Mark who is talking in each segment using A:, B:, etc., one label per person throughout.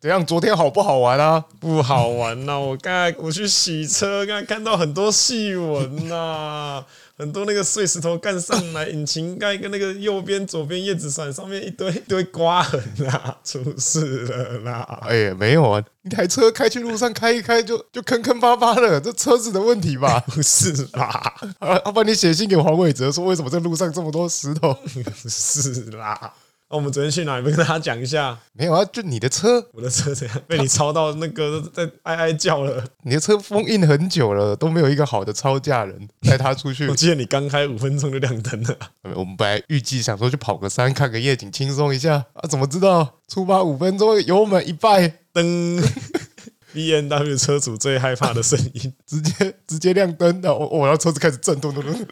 A: 怎样？昨天好不好玩啊？
B: 不好玩呐、我刚才我去洗车，刚才看到很多细纹呐、很多那个碎石头干上来，引擎盖跟那个右边、左边叶子伞上面一堆一堆刮痕啊，出事了啦！
A: 哎、没有啊，一台车开去路上开一开就就坑坑巴巴的，这车子的问题 吧？
B: 不是啦，
A: 啊，要不然你写信给黄伟哲说为什么这路上这么多石 头？
B: 不是啦。那、我们昨天去哪里？没跟大家讲一下，
A: 没有啊，就你的车，
B: 我的车怎样被你超到那个在哀哀叫了。
A: 你的车封印很久了，都没有一个好的超价人带他 出去
B: 我。记得你刚开五分钟就亮灯了，
A: 我们本来预计想说去跑个山，看个夜景，轻松一下啊，怎么知道出发五分钟，油门一拜，
B: 灯。B N W 车主最害怕的声音，
A: 直接直接亮灯啊的，我、我然后车子开始震动，咚 咚咚。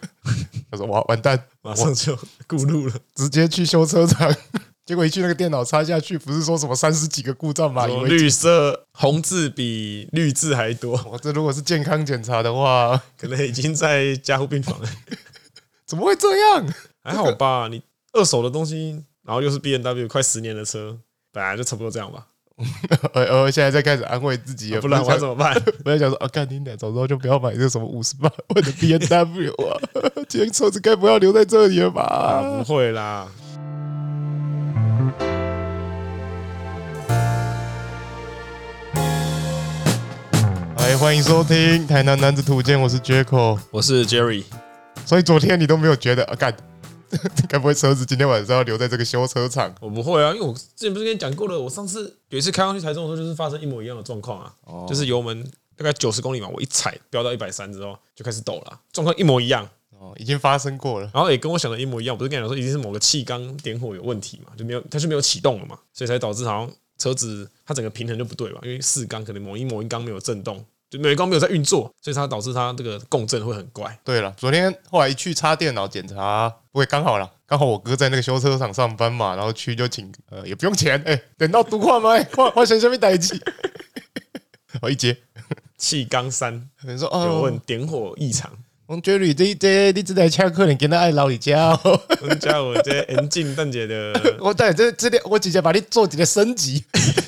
A: 他说哇完蛋，
B: 马上就 顾路了。
A: 直接去修车厂。 结果一去那个电脑插下去，不是说什么三十几个故障嘛？以
B: 说
A: 啊为
B: 绿色红字比绿字还多，
A: 我这如果是健康检查的话，
B: 可能已经在加护病房了。
A: 怎么会这样？
B: 还好吧，你二手的东西，然后又是 B N W 快十年的车，本来就差不多这样吧，
A: 呃呃，现在在开始安慰自己了，
B: 啊不然我要怎么办？
A: 不要想说啊，干你俩，早知道就不要买这什么五十八万的 B N W 啊， 今天车子该不要留在这里了吧？
B: 啊不会啦。
A: 来，哎欢迎收听《台南男子图鉴》，我是 Jaco。
B: 我是 Jerry，
A: 所以昨天你都没有觉得啊，干， 该不会车子今天晚上要留在这个修车厂？
B: 我不会啊，因为我之前不是跟你讲过了，我上次有一次开上去台中的时候，就是发生一模一样的状况啊，就是油门大概九十公里嘛，我一踩飙到一百三之后就开始抖了啊，状况一模一样。
A: 哦，已经发生过了。
B: 然后也跟我想的一模一样，我不是跟你讲说一定是某个气缸点火有问题嘛，就没有它就没有启动了嘛，所以才导致好像车子它整个平衡就不对吧，因为四缸可能某一某一缸没有震动，就某一缸没有在运作，所以它导致它这个共振会很怪。
A: 对了，昨天后来一去插电脑检查，不会刚好啦，刚好我哥在那个修车厂上班嘛，然后去就请呃也不用钱，哎、等到毒化吗？哎、换换成下面代 机，我一接，
B: 气缸三
A: 有人说
B: 有问
A: 哦，
B: 点火异常，
A: 王 Jerry 这这你这台车可能跟他爱老你家 哦，
B: 我们家我这 N 进蛋姐的，
A: 我对这这里我直接把你做几个升级。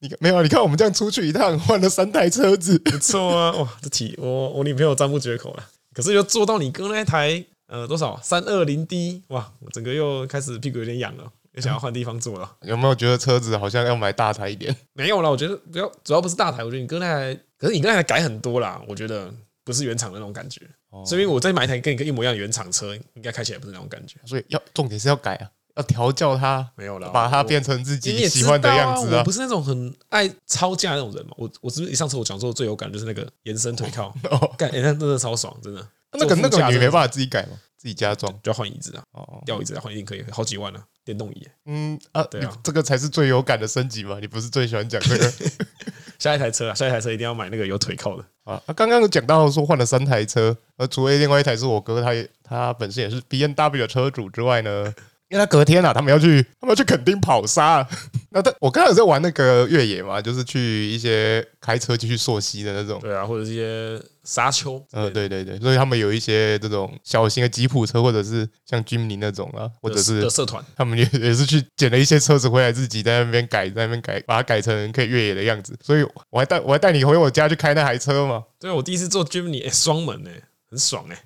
A: 你看没有啊？你看我们这样出去一趟，换了三台车子，
B: 不错啊，哇，这题我我女朋友赞不绝口了，可是又坐到你哥那一台呃多少三二零 D，哇，我整个又开始屁股有点痒了，又想要换地方坐了。
A: 有没有觉得车子好像要买大台一点？
B: 没有啦，我觉得主要主要不是大台，我觉得你哥那台，可是你哥那台改很多啦，我觉得不是原厂的那种感觉。
A: 哦
B: 所以我再买一台跟你哥一模一样的原厂车，应该开起来不是那种感觉。
A: 所以要重点是要改啊，要调教它，
B: 没有啦，
A: 把它
B: 我
A: 变成自
B: 你
A: 己
B: 也
A: 喜欢的样
B: 知
A: 子
B: 道啊！我
A: 啊
B: 不。是那种很爱超价那种人嘛。我我是不是上次我讲说最有感就是那个延伸腿靠，
A: 哦，
B: 干、欸，那真的超爽，真的。
A: 那个那
B: 坐副驾
A: 个你
B: 真
A: 没
B: 的
A: 办法自己改吗？自己加装？
B: 就要换椅子啊，
A: 哦，
B: 掉椅子来换一定可以，好几万啊，电动椅。
A: 嗯啊，
B: 对啊
A: 你这个才是最有感的升级嘛！你不是最喜欢讲这个
B: 下一台车啊，下一台车一定要买那个有腿靠的。
A: 啊？啊刚刚有讲到说换了三台车，呃，除了另外一台是我哥，他也他本身也是 B N W 的车主之外呢。因为他隔天啊，他们要去，他们要去垦丁跑沙。 那他我刚才有在玩那个越野嘛，就是去一些开车就去溯溪的那种。
B: 对啊，或者是一些沙丘之类的。
A: 呃，对对对，所以他们有一些这种小型的吉普车，或者是像 Jimny 那种啊，或
B: 的
A: 者是
B: 的社团，
A: 他们也也是去捡了一些车子回来，自己在那边改，在那边改，把它改成可以越野的样子。所以我还带我还带你回我家去开那台车 嘛？
B: 对啊，我第一次坐 Jimny 哎双门哎、很爽哎、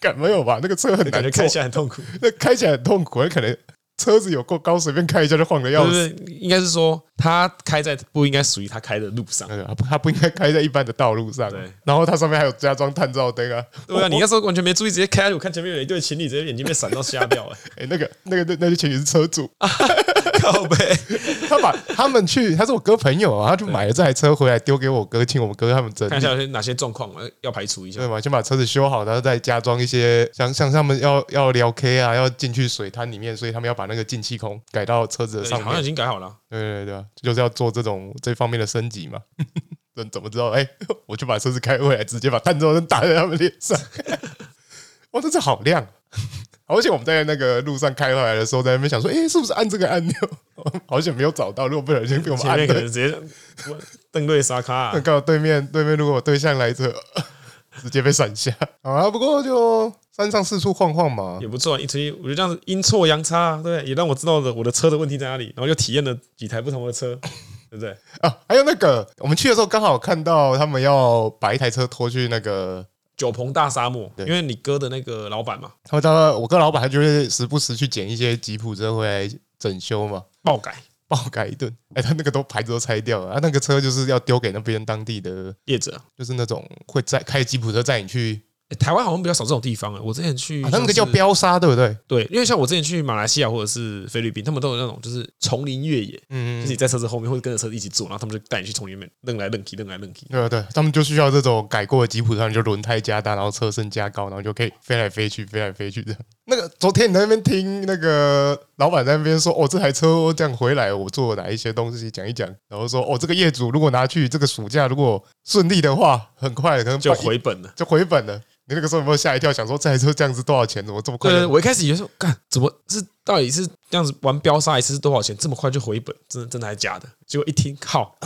A: 敢没有吧？那个车很难
B: 感觉
A: 坐
B: 开，起来很痛苦，
A: 那开起来很痛苦，那可能车子有够高，随便开一下就晃的
B: 不
A: 要死。
B: 是？应该是说他开在不应该属于他开的路上。
A: 那个哎它不它不应该开在一般的道路上
B: 对，
A: 然后它上面还有加装探照灯啊！
B: 对啊，你那时候完全没注意，直接开下去，我看前面有一对情侣，直接眼睛被闪到瞎掉 哎、
A: 哎、那个那个那那对情侣是车主，
B: 靠背，
A: 他把他们去，他是我哥朋友啊，他就买了这台车回来丢给我哥，请我们哥他们整
B: 看一
A: 理，
B: 下有哪些状况呃要排除一下
A: 对。嘛？先把车子修好，然后再加装一些，像像他们要要聊 K 啊，要进去水滩里面，所以他们要把那个进气孔改到车子的
B: 对
A: 上
B: 好像
A: 面
B: 已，经改好了，
A: 对对对对啊，就是要做这种这方面的升级嘛。 怎怎么知道？ 哎、我就把车子开回来，直接把探照灯打在他们脸上， 哇，这车好亮！ 而且我们在那个路上开回来的时候，在那边想说，哎、是不是按这个按钮？ 好险没有找到，如果不小心被我们
B: 前
A: 按
B: 面
A: 到
B: 可能直接我邓瑞沙卡、啊
A: 那刚好对面对面如果有对象来着， 直接被闪瞎。 好啊，不过就山上四处晃晃嘛。
B: 也不错、啊，一推我觉得这样子阴错阳差、啊，对不对，也让我知道了我的车的问题在哪里，然后又体验了几台不同的车，对不对？
A: 啊，还有那个，我们去的时候刚好看到他们要把一台车拖去那个，
B: 九鹏大沙漠，
A: 对
B: 因为你哥的那个老板嘛，
A: 他们当时我跟老板他就会时不时去捡一些吉普车回来整修嘛，
B: 爆改
A: 爆改一顿。哎、他那个都牌子都拆掉了，啊，那个车就是要丢给那边当地的，
B: 业者。啊
A: 就是那种会载开吉普车载你去，
B: 欸台湾好像比较少这种地方哎、我之前去、
A: 啊、他那个叫
B: 标。
A: 标沙，对不对？
B: 对，因为像我之前去马来西亚或者是菲律宾，他们都有那种就是丛林越野，就是
A: 嗯，
B: 你在车子后面会跟着车子一起坐，然后他们就带你去丛林里面愣来愣去，愣来愣去。
A: 对对，他们就需要这种改过的吉普车，你就轮胎加大，然后车身加高，然后就可以飞来飞去，飞来飞去这样。那个昨天你在那边听那个老板在那边说，哦，这台车这样回来，我做了哪一些东西，讲一讲，然后说，哦，这个业主如果拿去这个暑假如果顺利的话，很快可能
B: 就
A: 半
B: 回本了。
A: 就回本了。你那个时候有没有吓一跳，想说这台车这样子多少钱，怎么这么快
B: 对
A: 就？
B: 对，我一开始以为说，干怎么是到底是这样子玩标杀一次是多少钱？这么快就回本，真的真的还假的？结果一听， 靠，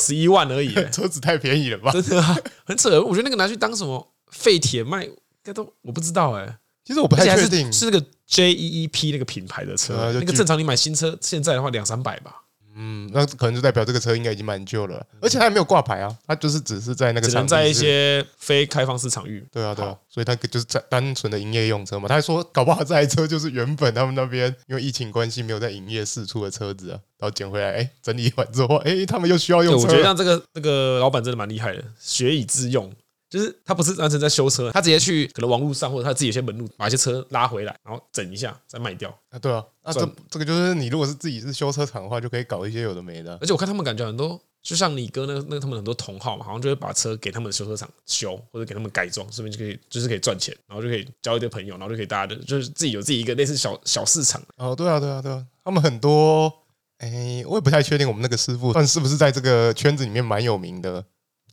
B: 十一万而已、欸
A: 车子太便宜了吧？
B: 真的啊，很扯。我觉得那个拿去当什么废铁卖，应该都我不知道哎、
A: 其实我不
B: 而且
A: 太
B: 还
A: 确
B: 是
A: 定，
B: 是那个 J E E P 那个品牌的车、
A: 对啊就
B: 那个
A: 巨
B: 正常你买新车现在的话两三百吧，
A: 嗯，那可能就代表这个车应该已经蛮旧了，而且它还没有挂牌啊，它就是只是在那个
B: 只
A: 场
B: 能
A: 地
B: 在一
A: 是
B: 些非开放市场域。
A: 对啊，对啊
B: 好，
A: 所以他就是在单纯的营业用车嘛。他还说，搞不好这台车就是原本他们那边因为疫情关系没有在营业试出的车子啊，然后捡回来，哎，整理完之后，哎，他们又需要
B: 对，
A: 用
B: 我觉
A: 车
B: 得
A: 了，
B: 让这个这个老板真的蛮厉害的，学以致用。就是他不是单纯在修车，他直接去可能网络上或者他自己有些门路把一些车拉回来，然后整一下再卖掉。
A: 啊对啊，那这
B: 赚
A: 这个就是你如果是自己是修车厂的话，就可以搞一些有的没的啊。
B: 而且我看他们感觉很多，就像你哥那那他们很多同好嘛，好像就会把车给他们的修车厂修，或者给他们改装，顺便就可以就是可以赚钱，然后就可以交一堆朋友，然后就可以大家就就是自己有自己一个类似小小市场。
A: 哦，对啊，对啊，对啊，他们很多，哎，我也不太确定我们那个师傅算是不是在这个圈子里面蛮有名的。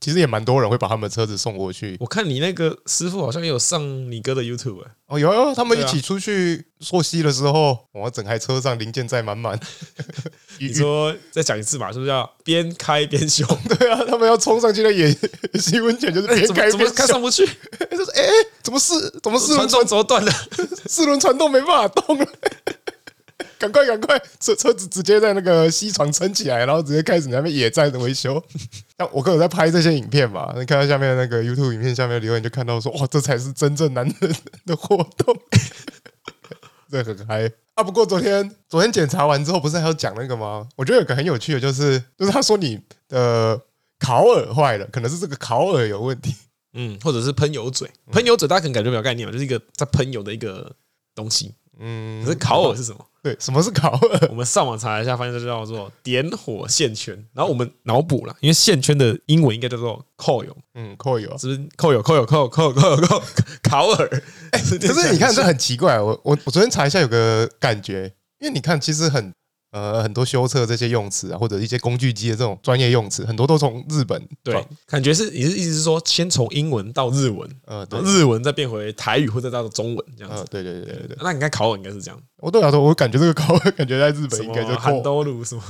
A: 其实也蛮多人会把他们的车子送过去。
B: 我看你那个师傅好像也有上你哥的 YouTube，、欸、
A: 哦，有有，他们一
B: 对啊
A: 起出去溯溪的时候，哇，整台车上零件载满满。
B: 你说再讲一次嘛，是不是要边开边修？
A: 对啊，他们要冲上去的 野西温泉就是 边
B: 哎怎
A: 开
B: 么怎
A: 边
B: 么看
A: 笑
B: 上不去？
A: 就是哎、怎么四怎么四轮
B: 传
A: 传
B: 动轴断了，
A: 四轮传动没办法动了？ 赶快赶快，车车子直接在那个西床撑起来，然后直接开始在那边野战的维修。像我哥有在拍这些影片嘛，你看到下面那个 YouTube 影片下面的留言，就看到说哇，这才是真正男人的活动， 这很嗨。啊，不过昨天昨天检查完之后，不是还有讲那个吗？我觉得有个很有趣的，就是就是他说你的烤耳坏了，可能是这个烤耳有问题。
B: 嗯，或者是喷油嘴，喷油嘴大家可能感觉没有概念嘛，就是一个在喷油的一个东西。
A: 嗯
B: 可是烤饵是什么？
A: 对，什么是烤饵？
B: 我们上网查一下，发现这叫做点火线圈。然后我们脑补了，因为线圈的英文应该叫做扣油，
A: 嗯，扣油。
B: 是不是？扣油，扣油，扣油扣油扣油扣油 烤饵。
A: 哎可
B: 可
A: 是你 看，这很奇怪。我我我昨天查一下，有个感觉，因为你看，其实很呃很多修车这些用词啊，或者一些工具机的这种专业用词，很多都从日本
B: 对，感觉是你是意思是说，先从英文到日文，
A: 呃对
B: 然后日文再变回台语，或者到中文这样
A: 呃
B: 子。
A: 对对对对对，
B: 那应该烤饵应该是这样，
A: 我对啊，我感觉这个烤 感觉在日本
B: 什
A: 应该就
B: 么啊
A: 扣
B: 韩兜鲁什么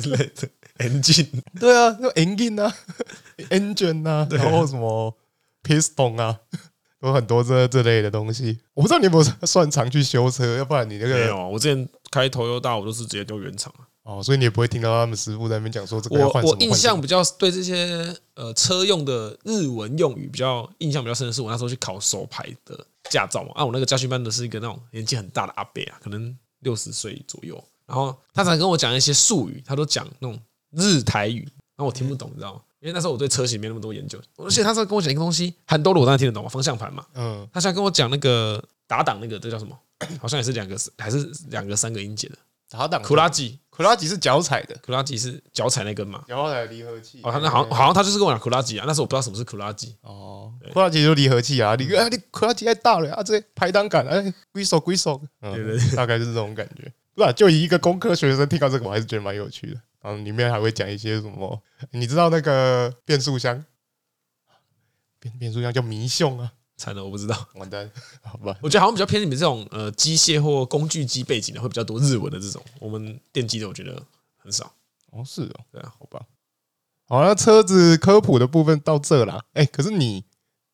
B: 之 类的 engine。
A: 对啊，就 engine 啊 ，engine 啊，
B: 对啊
A: 然后什么 piston 啊， 有很多这这类的东西。我不知道你有没有算常去修车，要不然你那
B: 没
A: 个
B: 有，啊我之前开头优大，我都是直接丢原厂。
A: 哦，所以你也不会听到他们师傅在那边讲说这个要
B: 我
A: 换什么
B: 我
A: 换
B: 印
A: 什么
B: 象比较对这些呃车用的日文用语比较印象比较深的是，我那时候去考手牌的驾照嘛。啊，我那个驾训班的是一个那种年纪很大的阿伯啊，可能六十岁左右，然后他常跟我讲一些术语，他都讲那种日台语，然后我听不懂，你知道吗？因为那时候我对车型没那么多研究，而且他是跟我讲一个东西，韩多鲁我当然听得懂嘛，方向盘嘛。
A: 嗯
B: 他现在跟我讲那个打档那个，这叫什么？好像也是两个还是两个三个音节的。
A: 打档
B: 库拉吉，
A: 苦拉吉是脚踩的，
B: 库拉吉是脚踩那根嘛？
A: 脚踩离合器
B: 哦，他那好像
A: 呃
B: 好像他就是跟我讲库拉吉啊，那时候我不知道什么是库拉吉，
A: 哦，苦拉吉就离合器啊，离啊你苦拉吉太大了啊，这排档杆哎，龟手龟手，嗯
B: 对对对
A: 大概就是这种感觉。不是啊、就以一个工科学生听到这个，我还是觉得蛮有趣的。然后里面还会讲一些什么，你知道那个变速箱，变变速箱叫迷凶啊，
B: 惨了，我不知道。
A: 完蛋，好吧，
B: 我觉得好像比较偏你们这种呃机械或工具机背景的会比较多日文的这种，我们电机的我觉得很少。
A: 哦是哦，
B: 对啊，
A: 好吧。好，那车子科普的部分到这啦。哎、可是你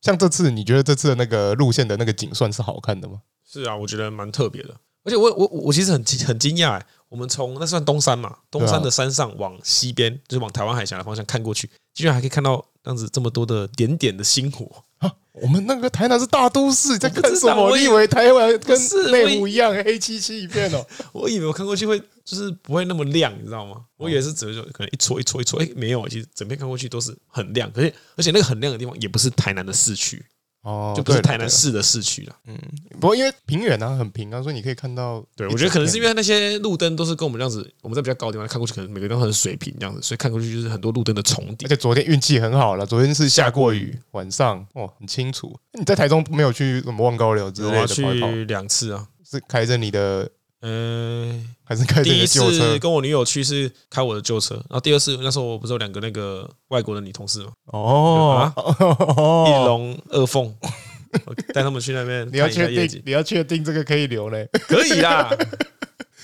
A: 像这次，你觉得这次的那个路线的那个景算是好看的吗？
B: 是啊，我觉得蛮特别的。而且我我我我其实很惊很惊讶欸，我们从那算东山嘛，东山的山上往西边，就是往台湾海峡的方向看过去，居然还可以看到这样子这么多的点点的星火。
A: 我们那个台南是大都市，你在看什
B: 我
A: 么？
B: 不知道
A: 你以为台湾
B: 不
A: 跟
B: 是
A: 内湖一样黑漆漆一片哦？
B: 我以为我看过去会就是不会那么亮，你知道吗？我以为是只会说可能一撮一撮一撮，哎、没有，其实整片看过去都是很亮，可是而且那个很亮的地方也不是台南的市区，
A: 哦
B: 就不是
A: 对了
B: 台南市的市区啦。
A: 对了不过因为平原啊，很平啊，所以你可以看到。
B: 对，我觉得可能是因为那些路灯都是跟我们这样子，我们在比较高的地方看过去，可能每个地方很水平这样子，所以看过去就是很多路灯的重叠
A: 而。且昨天运气很好了，昨天是下过雨，晚上哦很清楚。你在台中没有去什么望高寮之
B: 我
A: 类
B: 要
A: 的跑一跑，
B: 去两次啊，
A: 是开着你的
B: 嗯，
A: 还是开着
B: 第
A: 你
B: 一
A: 的旧
B: 次
A: 车？
B: 跟我女友去是开我的旧车，然后第二次那时候我不是有两个那个外国的女同事嘛，
A: 哦，
B: 一
A: 哦
B: 龙二凤，我带他们去那边
A: 你要
B: 看一下夜
A: 确
B: 景
A: 定，，你要确定这个可以留嘞？
B: 可以啦，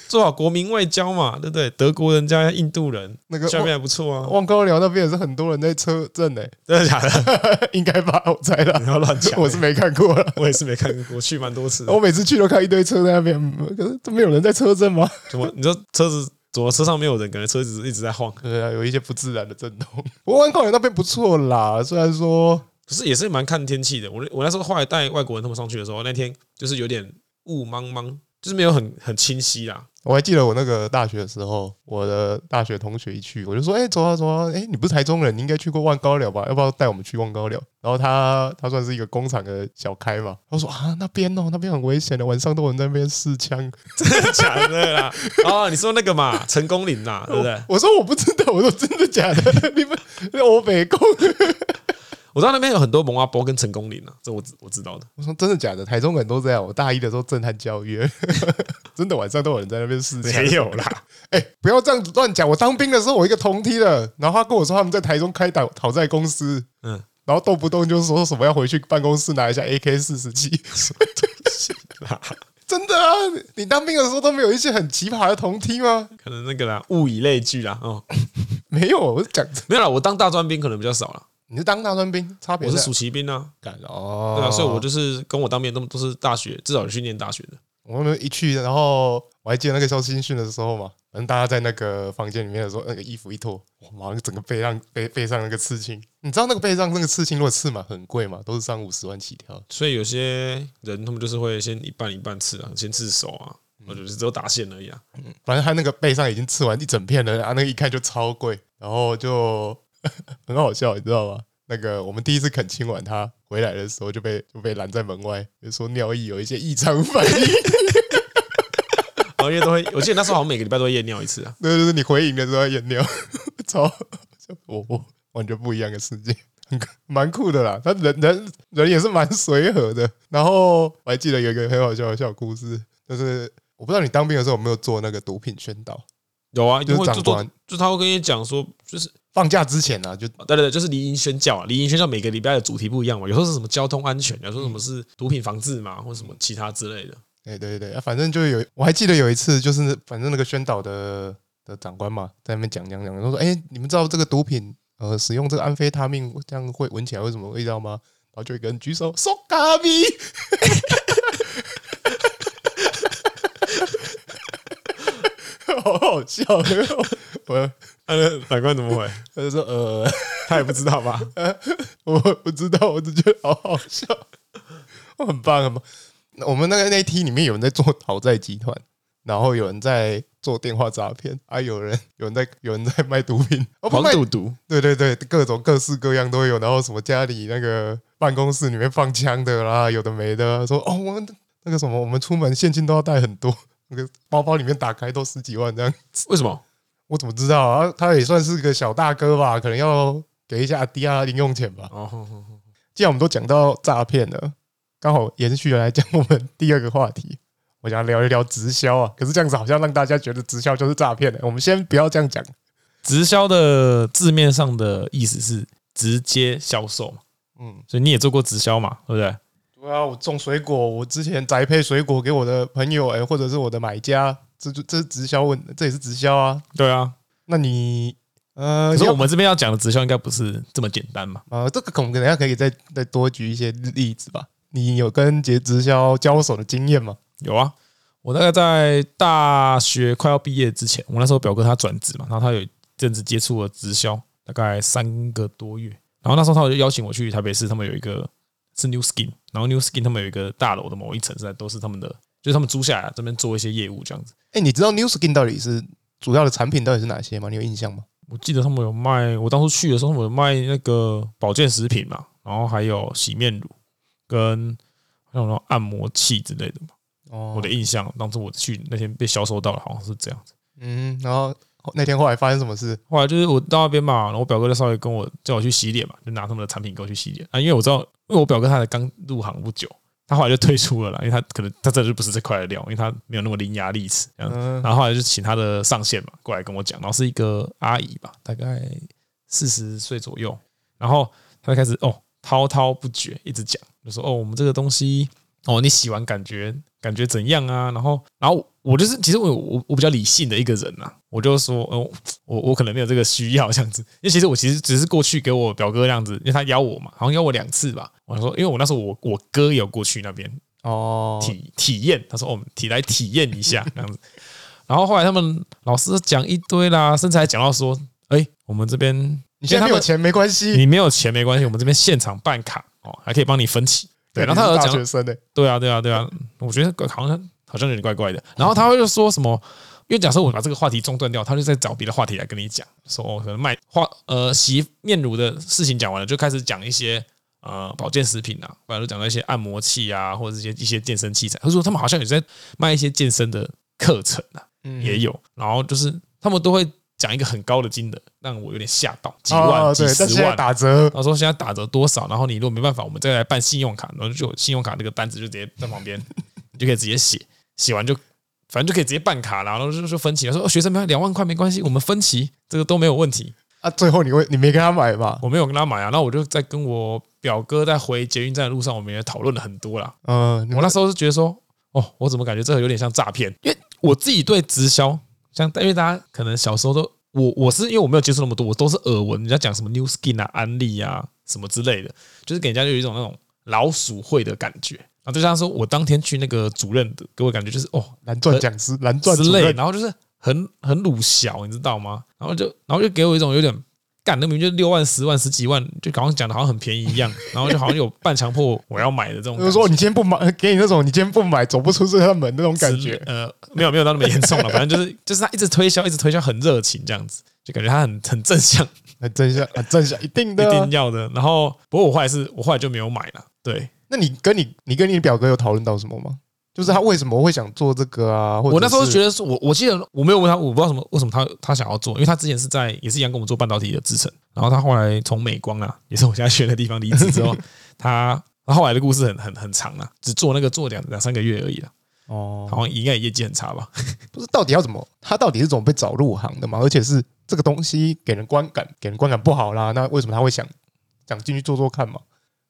B: 做好国民外交嘛，对不对？德国人加印度人，
A: 那个
B: 下面还不错啊，
A: 望高寮那边也是很多人在车震嘞，
B: 真的假的？
A: 应该吧？我猜
B: 不
A: 啦，
B: 要乱讲，
A: 我是没看过了。
B: 我也是没看过，我去蛮多次的
A: 我。每次去都看一堆车在那边，嗯可是都没有人在车震吗？
B: 怎么？你说车子怎么车上没有人？感觉车子一直在晃，
A: 对啊，有一些不自然的震动。 不过万高园那边不错啦，虽然说
B: 可是也是蛮看天气的。我我那时候后来带外国人他们上去的时候，那天就是有点雾茫茫，就是没有很很清晰啦。
A: 我还记得我那个大学的时候，我的大学同学一去，我就说：“哎、走啊走啊，哎、你不是台中人，你应该去过万高寮吧？要不要带我们去万高寮？”然后他他算是一个工厂的小开嘛，他说：“啊，那边哦，那边很危险的，晚上都有人在那边试枪。
B: 真的假的啦？哦，你说那个嘛，成功岭呐，对不对？
A: 我”我说：“我不知道。”我说：“真的假的？ 你们我北工？”
B: 我知道那边有很多蒙阿波跟成功岭啊，这我知我知道的。
A: 我说：“真的假的？台中人都这样。”我大一的时候震撼教育， 真的晚上都有人在那边试枪。
B: 有啦，
A: 哎、不要这样子乱讲！我当兵的时候，我一个同梯的，然后他跟我说他们在台中开讨讨债公司，
B: 嗯，
A: 然后动不动就说什么要回去办公室拿一下 AK 四十 七， 真的啊！你当兵的时候都没有一些很奇葩的同梯吗？
B: 可能那个啦，物以类聚啦。哦，
A: 没有，我是讲真，
B: 没有啦，我当大专兵可能比较少啦，
A: 你是当大专兵，差别
B: 我是
A: 在
B: 暑期兵啊，
A: 干哦，
B: 对啊，所以我就是跟我当兵的都都是大学，至少有去念大学的。
A: 我们一去，然后我还记得那个时候新训的时候嘛，反正大家在那个房间里面的时候，那个衣服一脱，哇，马上整个背上背背上那个刺青，你知道那个背上那个刺青如果刺满很贵嘛，都是上五十万起跳。
B: 所以有些人他们就是会先一半一半刺啊，先刺手啊，
A: 嗯
B: 或者是只有打线而已啊。
A: 反正他那个背上已经刺完一整片了，啊，那个一看就超贵，然后就 很好笑，你知道吗？那个我们第一次恳亲完他回来的时候就被就被拦在门外，就说尿液有一些异常反应，
B: 然后因为都会， 我记得那时候好像每个礼拜都会验尿一次啊。
A: 对，就是你回营的时候要验尿， 超我我完全不一样的世界。很蛮酷的啦，他人人人也是蛮随和的。然后我还记得有一个很好笑的小故事，就是我不知道你当兵的时候有没有做那个毒品宣导，
B: 有啊，
A: 就是
B: 因为
A: 长
B: 就
A: 官
B: 就就他会跟你讲说，就是
A: 放假之前啊，就
B: 对对对，就是离营宣教啊，离营宣教每个礼拜的主题不一样嘛，有时候是什么交通安全，啊有时候什么是毒品防治
A: 嗯
B: 嘛，或者什么其他之类的。
A: 哎，对对对，啊反正就有，我还记得有一次，就是反正那个宣导的的长官嘛，在那边讲讲讲，他说：“哎，你们知道这个毒品，呃，使用这个安非他命这样会闻起来会什么味道吗？”然后就有一个人举手， 说咖啡， 好好笑，我
B: 啊，那长官怎么回？
A: 他就说：“呃，
B: 他也不知道吧？
A: 我不知道，我只觉得好好笑， 我很棒很棒。那我们那个那一梯里面有人在做讨债集团，然后有人在做电话诈骗，啊，有人有人在有人在卖毒品，哦，不
B: 黄
A: 卖，
B: 赌毒，
A: 对对对，各种各式各样都有。然后什么家里那个办公室里面放枪的啦，有的没的，说哦，我们那个什么，我们出门现金都要带很多，那个包包里面打开都十几万这样。
B: 为什么？
A: 我怎么知道啊？他也算是个小大哥吧，可能要给一下阿迪啊零用钱吧。
B: 哦，哼哼哼
A: 既然我们都讲到诈骗了，刚好延续来讲我们第二个话题，我想聊一聊直销啊。可是这样子好像让大家觉得直销就是诈骗的，我们先不要这样讲。
B: 直销的字面上的意思是直接销售嘛，
A: 嗯，
B: 所以你也做过直销嘛，对不对？
A: 对啊，我种水果，我之前宅配水果给我的朋友，哎、或者是我的买家，这就这是直销问，这也是直销啊。
B: 对啊，
A: 那你呃，
B: 可是
A: 要
B: 我们这边要讲的直销应该不是这么简单嘛？
A: 呃，这个可能等一下可以再再多举一些例子吧。你有跟杰直销交手的经验吗？
B: 有啊，我大概在大学快要毕业之前，我那时候表哥他转职嘛，然后他有一阵子接触了直销，大概三个多月。然后那时候他就邀请我去台北市，他们有一个是 New Skin，然后 New Skin 他们有一个大楼的某一层是在都是他们的，就是他们租下来这边做一些业务这样子。
A: 哎、你知道 New Skin 到底是主要的产品到底是哪些吗？你有印象吗？
B: 我记得他们有卖，我当初去的时候，他们有卖那个保健食品嘛，然后还有洗面乳跟还有那种按摩器之类的嘛。
A: 哦
B: 我的印象，当初我去那天被销售到了，好像是这样子。
A: 嗯，然后那天后来发生什么事？
B: 后来就是我到那边嘛，然后我表哥就稍微跟我叫我去洗脸嘛，就拿他们的产品给我去洗脸啊，因为我知道，因为我表哥他才刚入行不久，他后来就退出了啦，因为他可能他真的就不是这块的料，因为他没有那么伶牙俐齿这样子
A: 嗯
B: 然后后来就请他的上线嘛过来跟我讲，然后是一个阿姨吧，大概四十岁左右，然后她就开始哦滔滔不绝，一直讲，就说哦我们这个东西哦你洗完感觉感觉怎样啊？然后然后我就是其实我我我比较理性的一个人呐、我就说哦我我可能没有这个需要这样子，因为其实我其实只是过去给我表哥这样子，因为他邀我嘛，好像邀我两次吧，我说因为我那时候我我哥也有过去那边，
A: 哦，
B: 体体验，他说哦我们体来体验 一下这样子。然后后来他们老师讲一堆啦，甚至还讲到说，哎、我们这边
A: 你现在没
B: 因
A: 有
B: 为
A: 钱没关
B: 他
A: 系
B: 们，，你没有钱没关系，我们这边现场办卡哦，还可以帮你分期。对，然后
A: 你
B: 他有
A: 是大
B: 讲
A: 学生欸呢、
B: 对啊，对啊，对啊，我觉得好像好像有点怪怪的。然后他会就说什么？因为假设我把这个话题中断掉，他就在找别的话题来跟你讲，说哦，可能卖化呃洗面乳的事情讲完了，就开始讲一些呃保健食品啊，不然就讲到一些按摩器啊，或者一些一些健身器材。他说他们好像也在卖一些健身的课程啊，
A: 嗯
B: 也有。然后就是他们都会讲一个很高的金额，让我有点吓到，几
A: 哦
B: 万、几
A: 对，但
B: 十
A: 现在
B: 万啊
A: 打折，
B: 他说现在打折多少，然后你如果没办法，我们再来办信用卡，然后就有信用卡那个单子就直接在旁边，你就可以直接写，写完就反正就可以直接办卡啦，然后就说分期，他说、哦、学生们两万块没关系，我们分期这个都没有问题，
A: 啊，最后你会你没跟他买吧？
B: 我没有跟他买啊，那我就在跟我表哥在回捷运站的路上，我们也讨论了很多啦，
A: 嗯、你
B: 我那时候是觉得说，哦，我怎么感觉这个有点像诈骗？因为我自己对直销，像因为大家可能小时候都我我是因为我没有接触那么多，我都是耳闻人家讲什么 New Skin 啊、安利啊什么之类的，就是给人家有一种那种老鼠会的感觉。然后就像说我当天去那个主任的，给我感觉就是哦，
A: 蓝钻讲师，蓝钻
B: 之
A: 主
B: 类，
A: 任，
B: 然后就是很很鲁小，你知道吗？然后就然后就给我一种有点干，那明明就六万、十万、十几万，就好像讲的好像很便宜一样，然后就好像有半强迫我要买的这种
A: 就
B: 感
A: 是
B: 觉。
A: 说你今天不买，给你那种你今天不买走不出这个门那种感觉
B: 之。呃，没有没有到那么严重 了，反正就是就是他一直推销，一直推销，很热情这样子，就感觉他很很正向，
A: 很正向，很正啊向，一定
B: 一
A: 的啊
B: 定。要的。然后不过我后来是我后来就没有买了，对
A: 那你跟你你跟你表哥有讨论到什么吗？就是他为什么会想做这个啊？或者
B: 我那时候
A: 是
B: 觉得是我我记得我没有问他，我不知道什么为什么他他想要做，因为他之前是在也是一样跟我们做半导体的制程，然后他后来从美光啊，也是我现在学的地方离职 之后，他他后来的故事很很很长啊，只做那个做两两三个月而已啊，
A: 哦，
B: 好像应该也业绩很差吧。
A: 不是到底要怎么，他到底是怎么被找入行的嘛？而且是这个东西给人观感，给人观感不好啦。那为什么他会想想进去做做看嘛？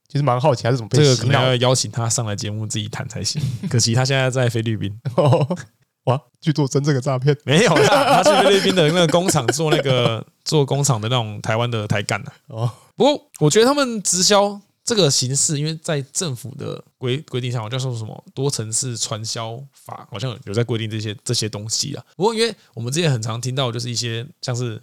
A: 其实蛮好奇他是怎么被
B: 这个可
A: 洗
B: 能
A: 脑
B: 要
A: 的。
B: 邀请他上来节目自己谈才行，可惜他现在在菲律宾。
A: 哦哇，去做真正的诈骗
B: 没有啦，他去菲律宾的那个工厂做那个做工厂的那种台湾的台干的、
A: 哦，
B: 不过我觉得他们直销这个形式，因为在政府的规规定上，好像说什么多层次传销法，好像有在规定这些这些东西啊。不过因为我们之前很常听到，就是一些像是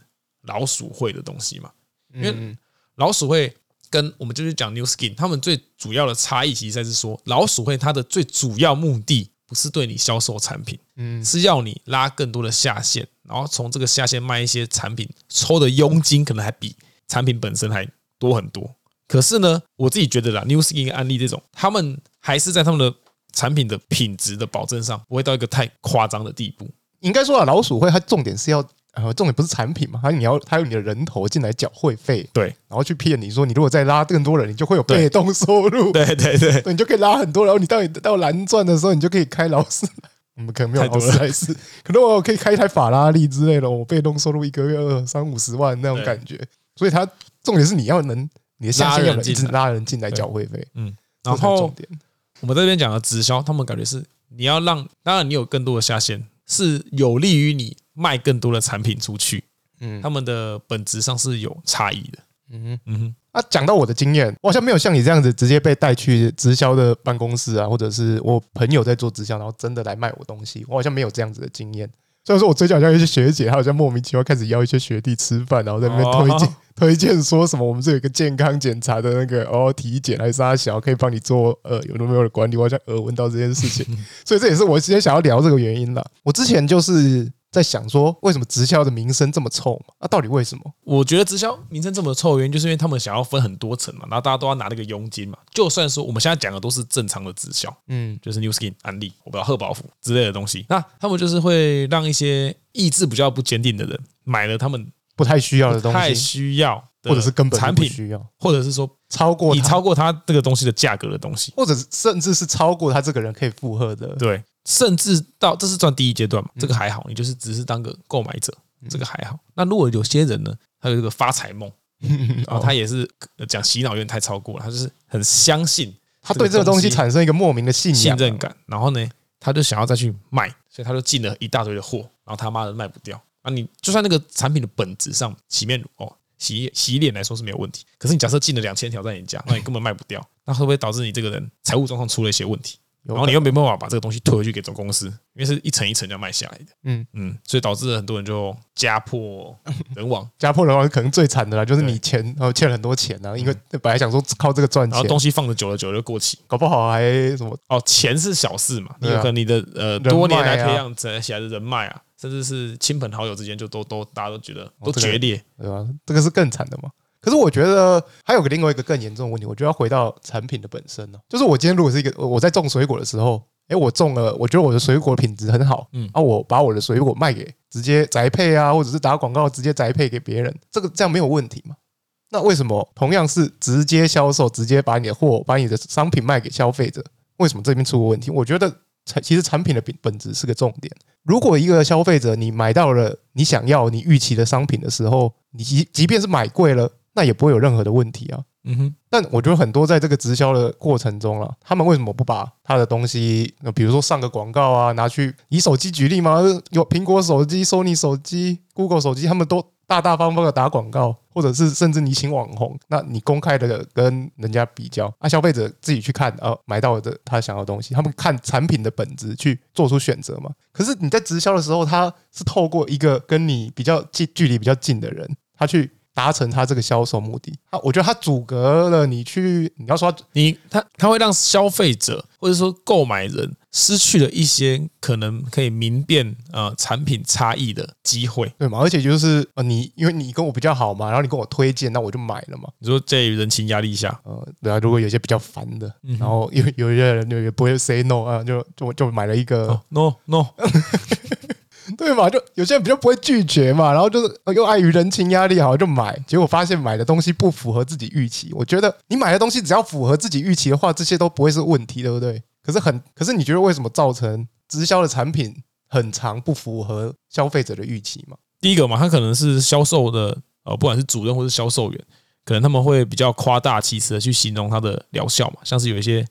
B: 老鼠会的东西嘛，
A: 因
B: 为老鼠会跟我们就是讲 New Skin，他们最主要的差异，其实在是说老鼠会它的最主要目的不是对你销售产品，
A: 嗯
B: 是要你拉更多的下线，然后从这个下线卖一些产品，抽的佣金可能还比产品本身还多很多。可是呢，我自己觉得啦，New Skin 跟安利这种，他们还是在他们的产品的品质的保证上，不会到一个太夸张的地步。
A: 应该说啊，老鼠会它重点是要呃，重点不是产品嘛，它你要它有你的人头进来缴会费，
B: 对，
A: 然后去骗你说你如果再拉更多人，你就会有
B: 对
A: 被动收入，
B: 对对对，
A: 对，你就可以拉很多，然后你到你到蓝钻的时候，你就可以开劳斯。 我们可能没有
B: 太多
A: 劳斯莱斯， 可能我可以开一台法拉利之类的，我被动收入一个月二三五十万那种
B: 对
A: 感觉。所以它重点是你要能你的下线要
B: 拉人
A: 能一直
B: 进来
A: 拉人进来
B: 对
A: 缴会费，
B: 然
A: 这才是
B: 后
A: 重点
B: 我们在这边讲的直销，他们感觉是你要让，当然你有更多的下线，是有利于你卖更多的产品出去。
A: 嗯
B: 他们的本质上是有差异的。
A: 嗯
B: 嗯哼，
A: 啊，讲到我的经验，我好像没有像你这样子直接被带去直销的办公室啊，或者是我朋友在做直销，然后真的来卖我东西，我好像没有这样子的经验。虽然说我最近好像有一些学姐，她好像莫名其妙开始邀一些学弟吃饭，然后在那边推荐、
B: 哦
A: 推荐说什么我们这有一个健康检查的那个哦体检还是啥小，可以帮你做呃有没有的管理，我好像耳闻到这件事 情，所以这也是我今天想要聊这个原因啦。我之前就是在想说，为什么直销的名声这么臭嘛？啊，到底为什么？
B: 我觉得直销名称这么臭，原因就是因为他们想要分很多层嘛，然后大家都要拿那个佣金嘛。就算说我们现在讲的都是正常的直销，
A: 嗯，
B: 就是 New Skin、安利，我不知道贺宝福之类的东西，那他们就是会让一些意志比较不坚定的人买了他们
A: 不太需要的
B: 不
A: 东
B: 太
A: 西，
B: 需要的
A: 或者是根本就
B: 产
A: 不
B: 品，
A: 需要
B: 或者是说
A: 超过
B: 你
A: 他
B: 超过它这个东西的价格的东西，
A: 或者是甚至是超过他这个人可以负荷的。
B: 对，甚至到这是算第一阶段嘛，这个还好，你就是只是当个购买者，这个还好。那如果有些人呢，他有这个发财梦，
A: 哦
B: 然后他也是呃讲洗脑有点太超过了，他就是很相信
A: 他对这个东西产生一个莫名的信
B: 信
A: 仰，啊
B: 任感，然后呢，他就想要再去卖，所以他就进了一大堆的货，然后他妈的卖不掉啊！你就算那个产品的本质上洗面乳哦。洗洗脸来说是没有问题，可是你假设进了两千条在你家，那你根本卖不掉，那会不会导致你这个人财务状况出了一些问题？
A: 有
B: 然后你
A: 可
B: 又没办法把这个东西退回去给总公司，因为是一层一层这样卖下来的。
A: 嗯
B: 嗯，所以导致了很多人就家破人亡，
A: 家破人亡可能最惨的啦，就是
B: 对嗯
A: 你钱然后欠了很多钱啊，因为本来想说靠这个赚
B: 然后
A: 钱，
B: 东西放的久了，久了就过期。
A: 搞不好还什么
B: 哦，钱是小事嘛，你
A: 对
B: 有
A: 啊
B: 可能你的呃
A: 脉啊
B: 多年来培养起来的人脉啊，甚至是亲朋好友之间就都都大家都觉得都
A: 哦这个
B: 决裂。
A: 对吧？这个是更惨的嘛。可是我觉得还有个另外一个更严重的问题，我觉得要回到产品的本身呢、就是我今天如果是一个我我在种水果的时候，诶，我种了，我觉得我的水果品质很好，
B: 嗯
A: 嗯，啊，我把我的水果卖给直接宅配啊，或者是打广告直接宅配给别人，这个这样没有问题嘛？那为什么同样是直接销售，直接把你的货、把你的商品卖给消费者，为什么这边出问题？我觉得产其实产品的本本质是个重点。如果一个消费者你买到了你想要、你预期的商品的时候，你即即便是买贵了，那也不会有任何的问题啊。
B: 嗯哼，
A: 但我觉得很多在这个直销的过程中了，他们为什么不把他的东西，呃比如说上个广告啊，拿去以手机举例嘛，有苹果手机、Sony 手机、Google 手机，他们都大大方方的打广告，或者是甚至你请网红，那你公开的跟人家比较，啊，消费者自己去看，呃，买到的他想要的东西，他们看产品的本质去做出选择嘛。可是你在直销的时候，他是透过一个跟你比较近、距离比较近的人，他去达成他这个销售目的。他我觉得他阻隔了你去，你要说他
B: 你他他会让消费者或者说购买人失去了一些可能可以明辨呃产品差异的机会。
A: 对嘛，而且就是呃，你因为你跟我比较好嘛，然后你跟我推荐，那我就买了嘛。
B: 你说在人情压力下，
A: 呃，对啊，如果有一些比较烦的，然后有有一些人就也不会 say no 啊，就就就买了一 个，
B: 哦，no no，
A: 对嘛，就有些人比较不会拒绝嘛，然后就是呃又碍于人情压力，好就买，结果发现买的东西不符合自己预期。我觉得你买的东西只要符合自己预期的话，这些都不会是问题，对不对？可是很，可是你觉得为什么造成直销的产品很长不符合消费者的预期嘛？
B: 第一个嘛，他可能是销售的呃，不管是主任或是销售员，可能他们会比较夸大其词的去形容它的疗效嘛，像是有一些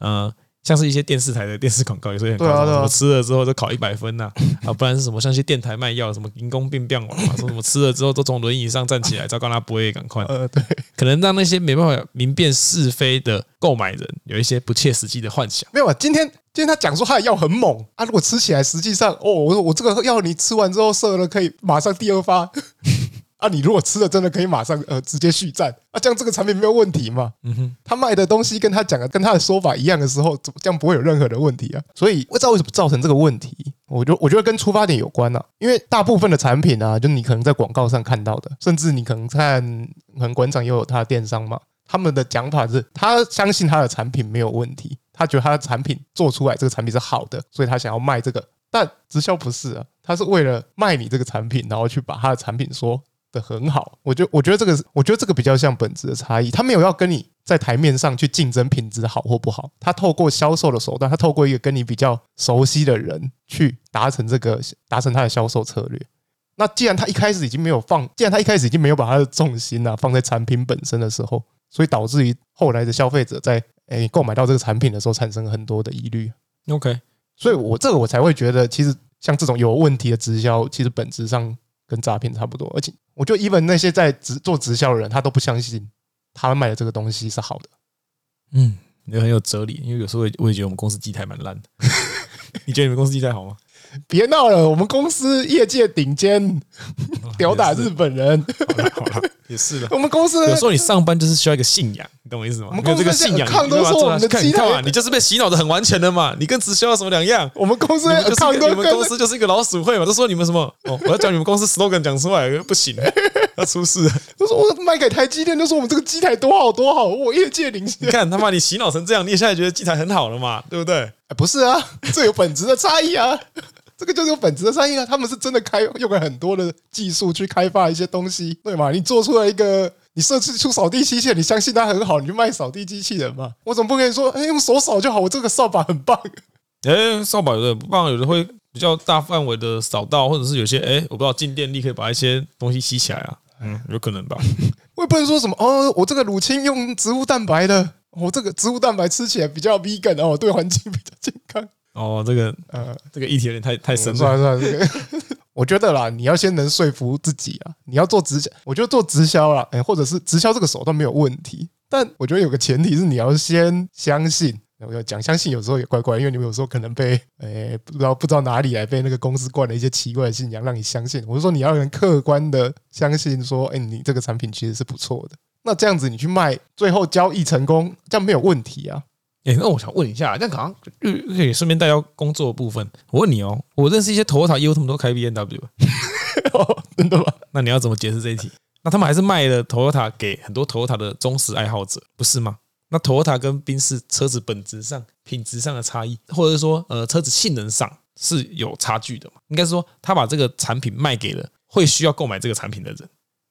B: 呃，像是一些电视台的电视广告，有时候也很夸
A: 对啊
B: 张，
A: 对啊
B: 什么吃了之后就考一百分呐、啊，不然是什么像一些电台卖药，什么因公病变网嘛，说什么吃了之后都从轮椅上站起来，糟糕，他不会赶快，
A: 呃，对，
B: 可能让那些没办法明辨是非的购买人有一些不切实际的幻想。
A: 没有啊，今天今天他讲说他的药很猛啊，如果吃起来，实际上哦，我说我这个药你吃完之后射了可以马上第二发 啊，你如果吃了真的可以马上呃直接续战啊，这样这个产品没有问题嘛？
B: 嗯哼，
A: 他卖的东西跟他讲的跟他的说法一样的时候，怎么这样不会有任何的问题啊？所以不知道为什么造成这个问题，我就我觉得跟出发点有关啊，因为大部分的产品啊，就你可能在广告上看到的，甚至你可能看可能馆长也有他的电商嘛，他们的讲法是他相信他的产品没有问题，他觉得他的产品做出来这个产品是好的，所以他想要卖这个。但直销不是啊，他是为了卖你这个产品，然后去把他的产品说的很好。我觉我觉得这个是，我觉得这个比较像本质的差异。他没有要跟你在台面上去竞争品质好或不好，他透过销售的手段，他透过一个跟你比较熟悉的人去达成这个达成他的销售策略。那既然他一开始已经没有放，既然他一开始已经没有把他的重心啊放在产品本身的时候，所以导致于后来的消费者在诶购买到这个产品的时候产生很多的疑虑。
B: OK，
A: 所以我这个我才会觉得，其实像这种有问题的直销，其实本质上跟诈骗差不多。而且我觉得，even 那些在直做直销的人，他都不相信，他卖的这个东西是好的。
B: 嗯，也很有哲理。因为有时候我也我也觉得我们公司机台蛮 烂的。你觉得你们公司机台好吗？
A: 别闹了，我们公司业界顶尖，
B: 哦
A: 吊打日本人。
B: 好了， 也是的。
A: 我们公司
B: 有时候你上班就是需要一个信仰，你懂我意思吗？
A: 我们
B: 没有这个
A: 公司
B: 信仰，
A: 抗
B: 你没
A: 都
B: 办法
A: 说
B: 做
A: 我们
B: 下去
A: 的
B: 看你
A: 机台
B: 干嘛？你就是被洗脑的很完全的嘛，你跟直销有什么两样？
A: 我们公司
B: 你们就是
A: 啊抗
B: 一个
A: 都
B: 你们
A: 跟
B: 公司就是一个老鼠会嘛，都说你们什么哦，我要讲你们公司 slogan 讲出来 不行，要出事了。
A: 就说我卖给台积电，就说我们这个机台多好多好，我业界领
B: 你
A: 先。
B: 看他妈你洗脑成这样，你也现在觉得机台很好了嘛，对不对？
A: 哎不是啊， 这有本质的差异啊， 这个就是有本质的差异啊。他们是真的开用了很多的技术去开发一些东西，对嘛？你做出了一个，你设计出扫地机器人，你相信它很好，你就卖扫地机器人嘛。我总不跟你说，哎，用手扫就好，我这个扫把很棒。
B: 哎，扫把有的不棒，有的会比较大范围的扫到，或者是有些哎，我不知道静电力可以把一些东西吸起来啊，嗯，有可能吧。
A: 我也不能说什么哦，我这个乳清用植物蛋白的，哦我、这个植物蛋白吃起来比较 vegan 哦，对环境比较健康。
B: 哦，这个
A: 呃，
B: 这个议题有点太太深了。
A: 算了算了， 这个我觉得啦，你要先能说服自己啊，你要做直销，我觉得做直销啦，哎、或者是直销这个手段没有问题，但我觉得有个前提是你要先相信。我要讲相信，有时候也怪怪，因为你们有时候可能被诶、不知道不知道哪里来被那个公司灌了一些奇怪的信仰，让你相信。我是说你要能客观的相信说，哎、你这个产品其实是不错的。那这样子你去卖，最后交易成功，这样没有问题啊。
B: 哎、那我想问一下，那好像又又可以顺便带到工作的部分。我问你哦，我认识一些 Toyota 业务，他们都开 B N W，
A: 真的吗？
B: 那你要怎么解释这一题？那他们还是卖了 Toyota 给很多 Toyota 的忠实爱好者，不是吗？那 Toyota 跟宾士车子本质上、品质上的差异，或者是说呃车子性能上是有差距的嘛？应该是说他把这个产品卖给了会需要购买这个产品的人。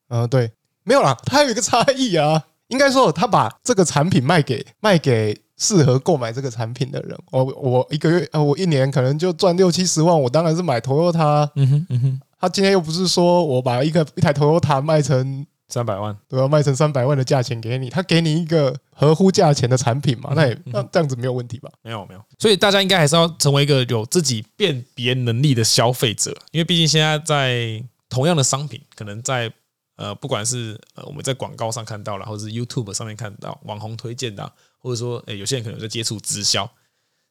A: 嗯，对，没有啦，它有一个差异啊。应该说，他把这个产品卖给卖给适合购买这个产品的人。我我一个月，呃，我一年可能就赚六七十万，我当然是买 Toyota。啊
B: 嗯哼，嗯哼，
A: 他今天又不是说我把一个一台 Toyota 卖成
B: 三百万，
A: 对吧、啊卖成三百万的价钱给你，他给你一个合乎价钱的产品嘛，那
B: 嗯
A: 也那这样子没有问题吧？
B: 没有没有，所以大家应该还是要成为一个有自己辨别能力的消费者，因为毕竟现在在同样的商品，可能在呃不管是呃我们在广告上看到了，或者是 YouTube 上面看到网红推荐的啊、或者说诶、有些人可能有在接触直销，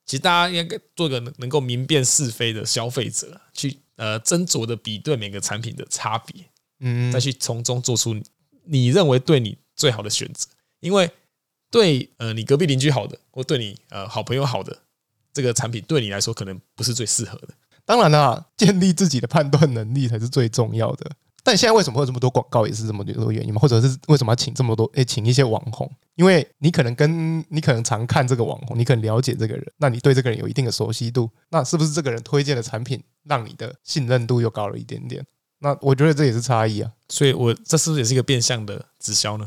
B: 其实大家应该做个能能够明辨是非的消费者啊，去呃斟酌的比对每个产品的差别，
A: 嗯
B: 再去从中做出你你认为对你最好的选择。因为对呃你隔壁邻居好的，或对你呃好朋友好的这个产品，对你来说可能不是最适合的。
A: 当然啦，建立自己的判断能力才是最重要的。但现在为什么会有这么多广告，也是这么多原因嘛？或者是为什么要请这么多？诶，请一些网红，因为你可能跟你可能常看这个网红，你可能了解这个人，那你对这个人有一定的熟悉度，那是不是这个人推荐的产品让你的信任度又高了一点点？那我觉得这也是差异啊，
B: 所以我这是不是也是一个变相的直销呢？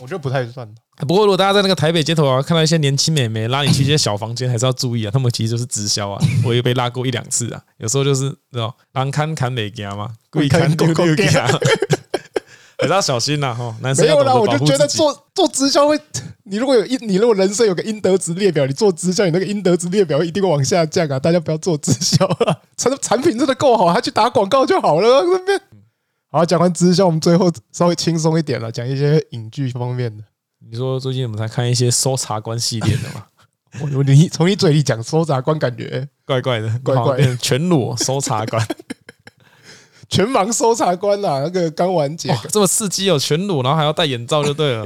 A: 我觉得不太算。
B: 哎不过，如果大家在那个台北街头啊，看到一些年轻美眉拉你去一些小房间，还是要注意啊，他们其实就是直销啊。 我也被拉过一两次啊，有时候就是那种狼看砍美家 嘛，故意看狗狗家， 还是要小心呐、啊、哈。男 生
A: 没
B: 要
A: 有
B: 懂
A: 啦，
B: 得
A: 我
B: 保
A: 就
B: 护
A: 觉得
B: 自己。啊
A: 做做直销会，你如果有应，你如果人生有个应得值列表，你做直销，你那个应得值列表一定会往下降啊！大家不要做直销啊， 产产品真的够好，他去打广告就好了。那边好，讲完直销，我们最后稍微轻松一点了，讲一些影剧方面的。
B: 你说最近我们才看一些搜查官系列的 嘛，
A: 我我你从你嘴里讲搜查官，感觉
B: 怪怪的，
A: 怪怪的
B: 好像变成全裸搜查 官，
A: 全盲搜查官啊，那个刚完结。
B: 哇，这么刺激哦，全裸，然后还要戴眼罩就对 了。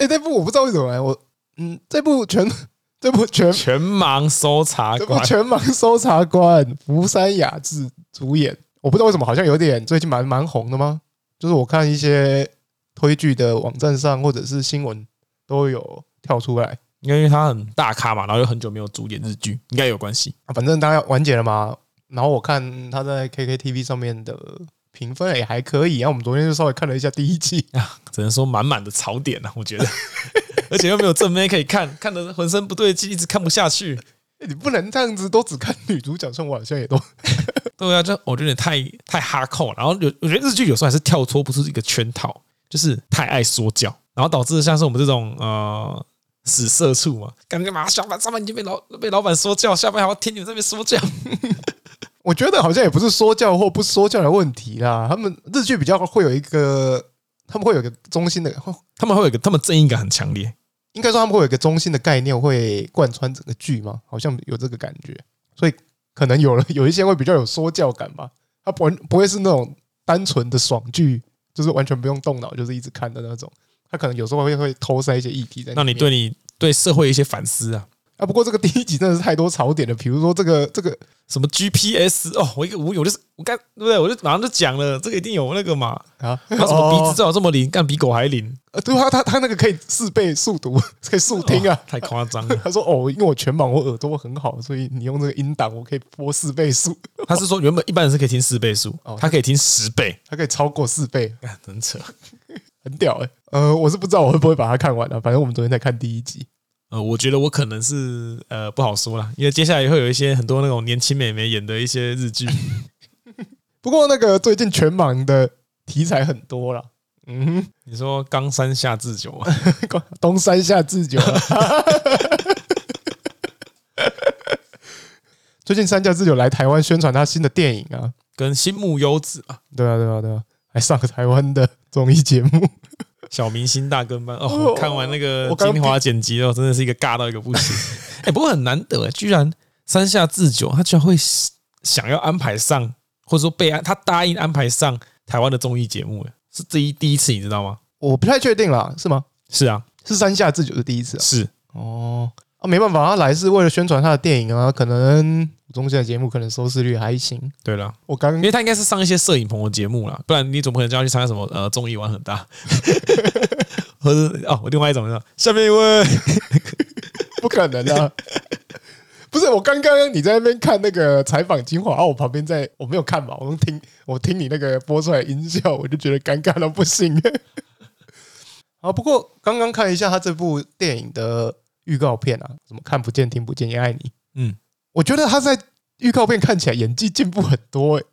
A: 哎、这部我不知道为什么、我嗯，这部全 这部全
B: 全盲搜查
A: 这部《
B: 官，
A: 全盲搜查官》，福山雅治主演。我不知道为什么，好像有点最近蛮蛮红的吗？就是我看一些推剧的网站上或者是新闻都有跳出来。
B: 因为他很大咖嘛，然后又很久没有主演日剧，应该有关系。
A: 啊反正大家完结了嘛。然后我看他在 KKTV 上面的评分也还可以。然后我们昨天就稍微看了一下第一季，
B: 只能说满满的槽点啊，我觉得，而且又没有正妹可以看，看得浑身不对劲，一直看不下去。
A: 欸你不能这样子都只看女主角，像我好像也都
B: 对啊，这我觉得有点太太哈扣，然后有我觉得日剧有时候还是跳脱不出一个圈套，就是太爱说教，然后导致像是我们这种呃死社畜嘛，干干嘛下班上班已经被老被老板说教，下班还要听你们这边说教，
A: 我觉得好像也不是说教或不说教的问题啦，他们日剧比较会有一个他们会有一个中心的，哦
B: 他们会有一个，他们正义感很强烈。
A: 应该说他们会有一个中心的概念会贯穿整个剧吗？好像有这个感觉，所以可能有了有一些会比较有说教感吧。它不不会是那种单纯的爽剧，就是完全不用动脑，就是一直看的那种。它可能有时候会会偷塞一些议题在里面。
B: 让你对你对社会一些反思啊，
A: 啊，不过这个第一集真的是太多槽点了，比如说这个这个
B: 什么 GPS 哦，我一个无语，我就是我刚对不对？我就马上就讲了，这个一定有那个嘛，
A: 啊，
B: 他什么鼻子
A: 子
B: 最好这么灵，干比狗还灵，
A: 呃，对啊，他他那个可以四倍速读， 可以速听 啊
B: 哦。太夸张了。
A: 他说：“哦，因为我全盲，我耳朵很好，所以你用这个音档，我可以播四倍速，
B: 他是说原本一般人是可以听四倍速
A: 哦，
B: 他可以听十倍，
A: 它可以超过四倍，
B: 干很扯。
A: 很屌哎、呃，我是不知道我会不会把它看完啊，反正我们昨天才看第一集。
B: 呃，我觉得我可能是呃不好说啦，因为接下来会有一些很多那种年轻美眉演的一些日剧，
A: 不过那个最近全盲的题材很多啦，嗯
B: 你说冈山下智久啊，
A: 哼， 东山下智久啊。 最近山下智久来台湾宣传他新的电影啊，
B: 跟新木优子啊，
A: 对啊，对啊，对啊，还上台湾的综艺节目。
B: 小明星大跟班
A: 哦
B: 哦，看完那个
A: 我刚
B: 精华剪辑哦，真的是一个尬到一个不行。 哎、不过很难得、欸，居然山下智久他居然会想要安排上，或者说被安他答应安排上台湾的综艺节目、欸，是第一第一次，你知道吗？
A: 我不太确定啦，是吗？
B: 是啊，
A: 是山下智久的第一次啊。
B: 是
A: 哦，啊，没办法，他来是为了宣传他的电影啊，可能中间的节目可能收视率还行。
B: 对了，
A: 我刚
B: 因为他应该是上一些摄影棚的节目啦，不然你总不可能叫他去参加什么呃综艺玩很大， 或者哦，我另外一种是下面一位
A: 不可能啊！不是我刚刚你在那边看那个采访精华，啊，我旁边在我没有看嘛，我听我听你那个播出来的音效，我就觉得尴尬到不行。 啊，不过刚刚看一下他这部电影的预告片啊，什么看不见听不见也爱你，
B: 嗯，
A: 我觉得他在预告片看起来演技进步很多、欸，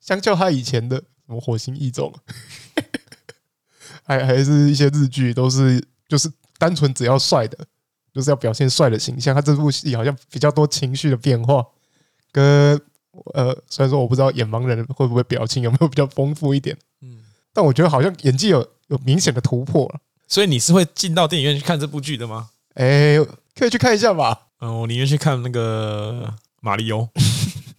A: 相较他以前的什么火星异种， 还还是一些日剧，都是就是单纯只要帅的，就是要表现帅的形象。他这部戏好像比较多情绪的变化，跟呃，虽然说我不知道眼盲人会不会表情有没有比较丰富一点，
B: 嗯，
A: 但我觉得好像演技有有明显的突破了。
B: 所以你是会进到电影院去看这部剧的吗？
A: 哎、可以去看一下吧。
B: 嗯、我宁愿去看那个马里欧。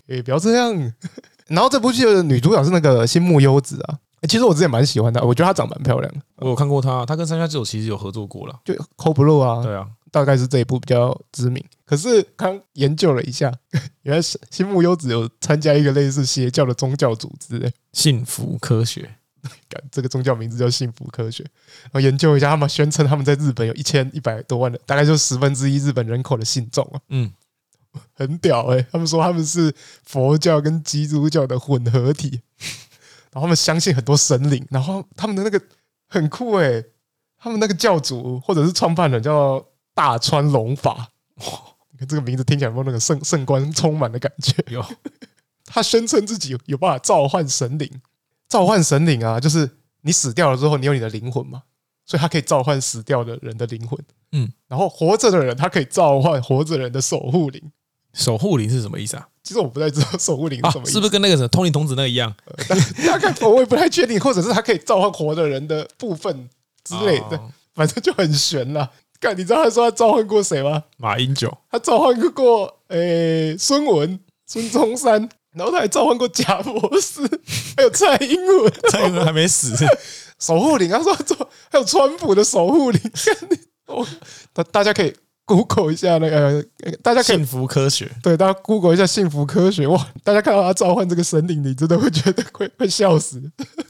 A: 哎、不要这样。 然后这部剧的女主角是那个新木优子啊、欸其实我之前蛮喜欢她，我觉得她长蛮漂亮的，
B: 我有看过他，他跟山下智久其实有合作过了。
A: 就 Cold Blue 啊，
B: 对啊，
A: 大概是这一部比较知名。可是刚研究了一下， 原来是新木优子有参加一个类似邪教的宗教组织、欸，
B: 幸福科学，
A: 干这个宗教名字叫幸福科学。然后研究一下，他们宣称他们在日本有一千一百多万的，大概就十分之一日本人口的信众啊，
B: 嗯，
A: 很屌哎、他们说他们是佛教跟基督教的混合体，然后他们相信很多神灵，然后他们的那个很酷哎、他们那个教主或者是创办人叫大川龙法，你看这个名字听起来有没有那个圣圣光充满的感觉？
B: 有
A: 他宣称自己有有办法召唤神灵，召唤神灵啊，就是你死掉了之后，你有你的灵魂嘛，所以他可以召唤死掉的人的灵魂。
B: 嗯，
A: 然后活着的人，他可以召唤活着人的守护灵。
B: 守护灵是什么意思啊？
A: 其实我不太知道守护灵
B: 啊
A: 是什，么意
B: 是
A: 思，
B: 不是跟那个什么通灵童子那个一样
A: 大概我也不太确定，或者是他可以召唤活的人的部分之类的，
B: 哦
A: 反正就很悬啦。看，你知道他说他召唤过谁吗？
B: 马英九，
A: 他召唤过诶、孙文、孙中山，然后他还召唤过贾博士，还有蔡英文。
B: 蔡英文还 没死，
A: 守护灵，他说做还有川普的守护灵， 我大大家可以 Google 一下那个，呃大家可以
B: 幸福科学，
A: 对大家 Google 一下幸福科学哇！大家看到他召唤这个神灵，你真的会觉得会会笑死。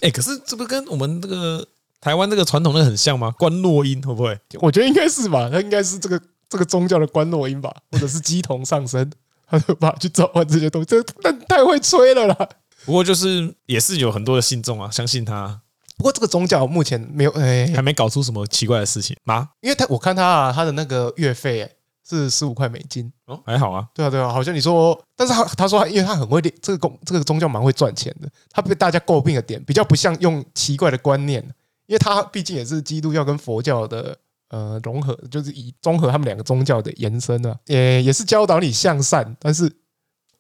B: 哎、可是这不跟我们这个台湾这个传统的很像吗？关落音会不会？
A: 我觉得应该是吧，他应该是这个这个宗教的观落音吧，或者是鸡同上身，他就把去召唤这些东西，这但太会吹了啦。
B: 不过就是也是有很多的信众啊，相信他
A: 不过这个宗教目前没有哎、
B: 还没搞出什么奇怪的事情吗？
A: 因为他我看他啊，他的那个月费、哎是十五块美金，
B: 哦，还好啊，
A: 对啊，对啊，好像你说，但是他他说他，因为他很会练这个公这个宗教蛮会赚钱的，他被大家诟病的点比较不像用奇怪的观念，因为他毕竟也是基督教跟佛教的呃融合，就是以综合他们两个宗教的延伸啊，也也是教导你向善，但是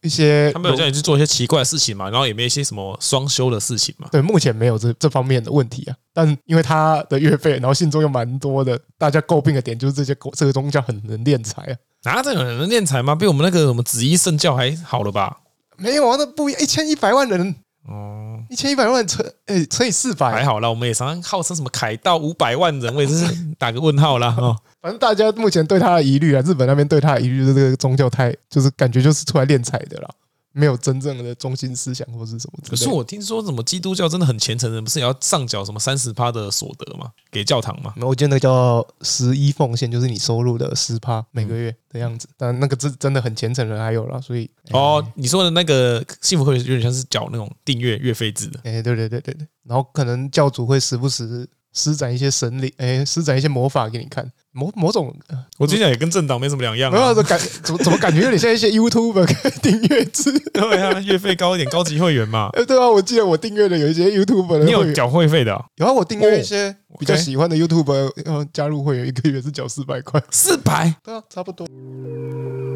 A: 一些
B: 他们有叫你去做一些奇怪的事情嘛，然后也没一些什么双休的事情嘛。
A: 对，目前没有这这方面的问题啊。但因为他的月费，然后信众又蛮多的，大家诟病的点就是这些狗这个宗教很能敛财啊。
B: 啊，这有人敛财吗？比我们那个什么紫衣圣教还好了吧？
A: 没有啊，那不一一千一百万人，
B: 哦，
A: 一千一百万乘诶、乘以四
B: 还
A: 百，
B: 好啦，我们也常常号称什么凯道五百万人，我也 是打个问号啦。哦，
A: 反正大家目前对他的疑虑啊，日本那边对他的疑虑就是这个宗教太就是感觉就是出来敛财的啦，没有真正的中心思想或是什么之类的。
B: 可是我听说什么基督教真的很虔诚的人，不是也要上缴什么三十趴的所得吗？给教堂吗？
A: 我记得那个叫十一奉献，就是你收入的十趴每个月的样子。但那个真真的很虔诚的还有啦，所以
B: 哦，你说的那个幸福会有点像是缴那种订阅月费制的，
A: 哎、对对对对对，然后可能教主会时不时施展一些神力，哎、施展一些魔法给你看，某某种，呃
B: 我最近也跟政党没什么两样
A: 没有
B: 啊。
A: 这感怎么怎么感觉有点像一些 YouTube 订阅制，
B: 对啊，月费高一点，高级会员 嘛。
A: 哎、对啊，我记得我订阅的有一些 YouTube 的
B: 你
A: 会
B: 有
A: 员，
B: 缴会费的啊、
A: 有啊，我订阅一些
B: 哦
A: 比较
B: OK
A: 喜欢的 YouTube，然后加入会员一个月是缴四百块，
B: 四百？
A: 对啊，差不多。哎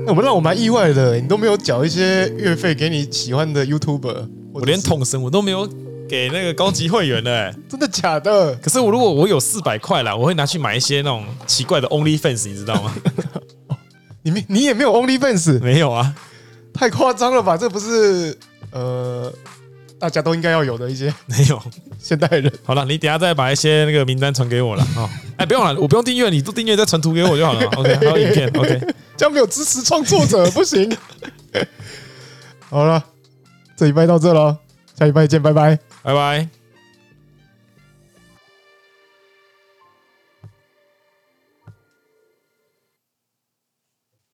A: 我们让我蛮意外的，你都没有缴一些月费给你喜欢的 YouTuber，我
B: 我连统神我都没有给那个高级会员的、欸。
A: 真的假的？
B: 可是我如果我有四百块啦，我会拿去买一些那种奇怪的 OnlyFans，你知道吗？
A: 你没你也没有 OnlyFans，
B: 没有啊，
A: 太夸张了吧？这不是呃，大家都应该要有的一些
B: 没有。
A: 现代人。
B: 好了，你等一下再把一些那个名单传给我了啊。哦哎、不用了，我不用订阅，你都订阅再传图给我就好了。OK，还有影片。OK，
A: 这样没有支持创作者不行。好了，这礼拜到这了，下礼拜见，拜拜。
B: 拜拜。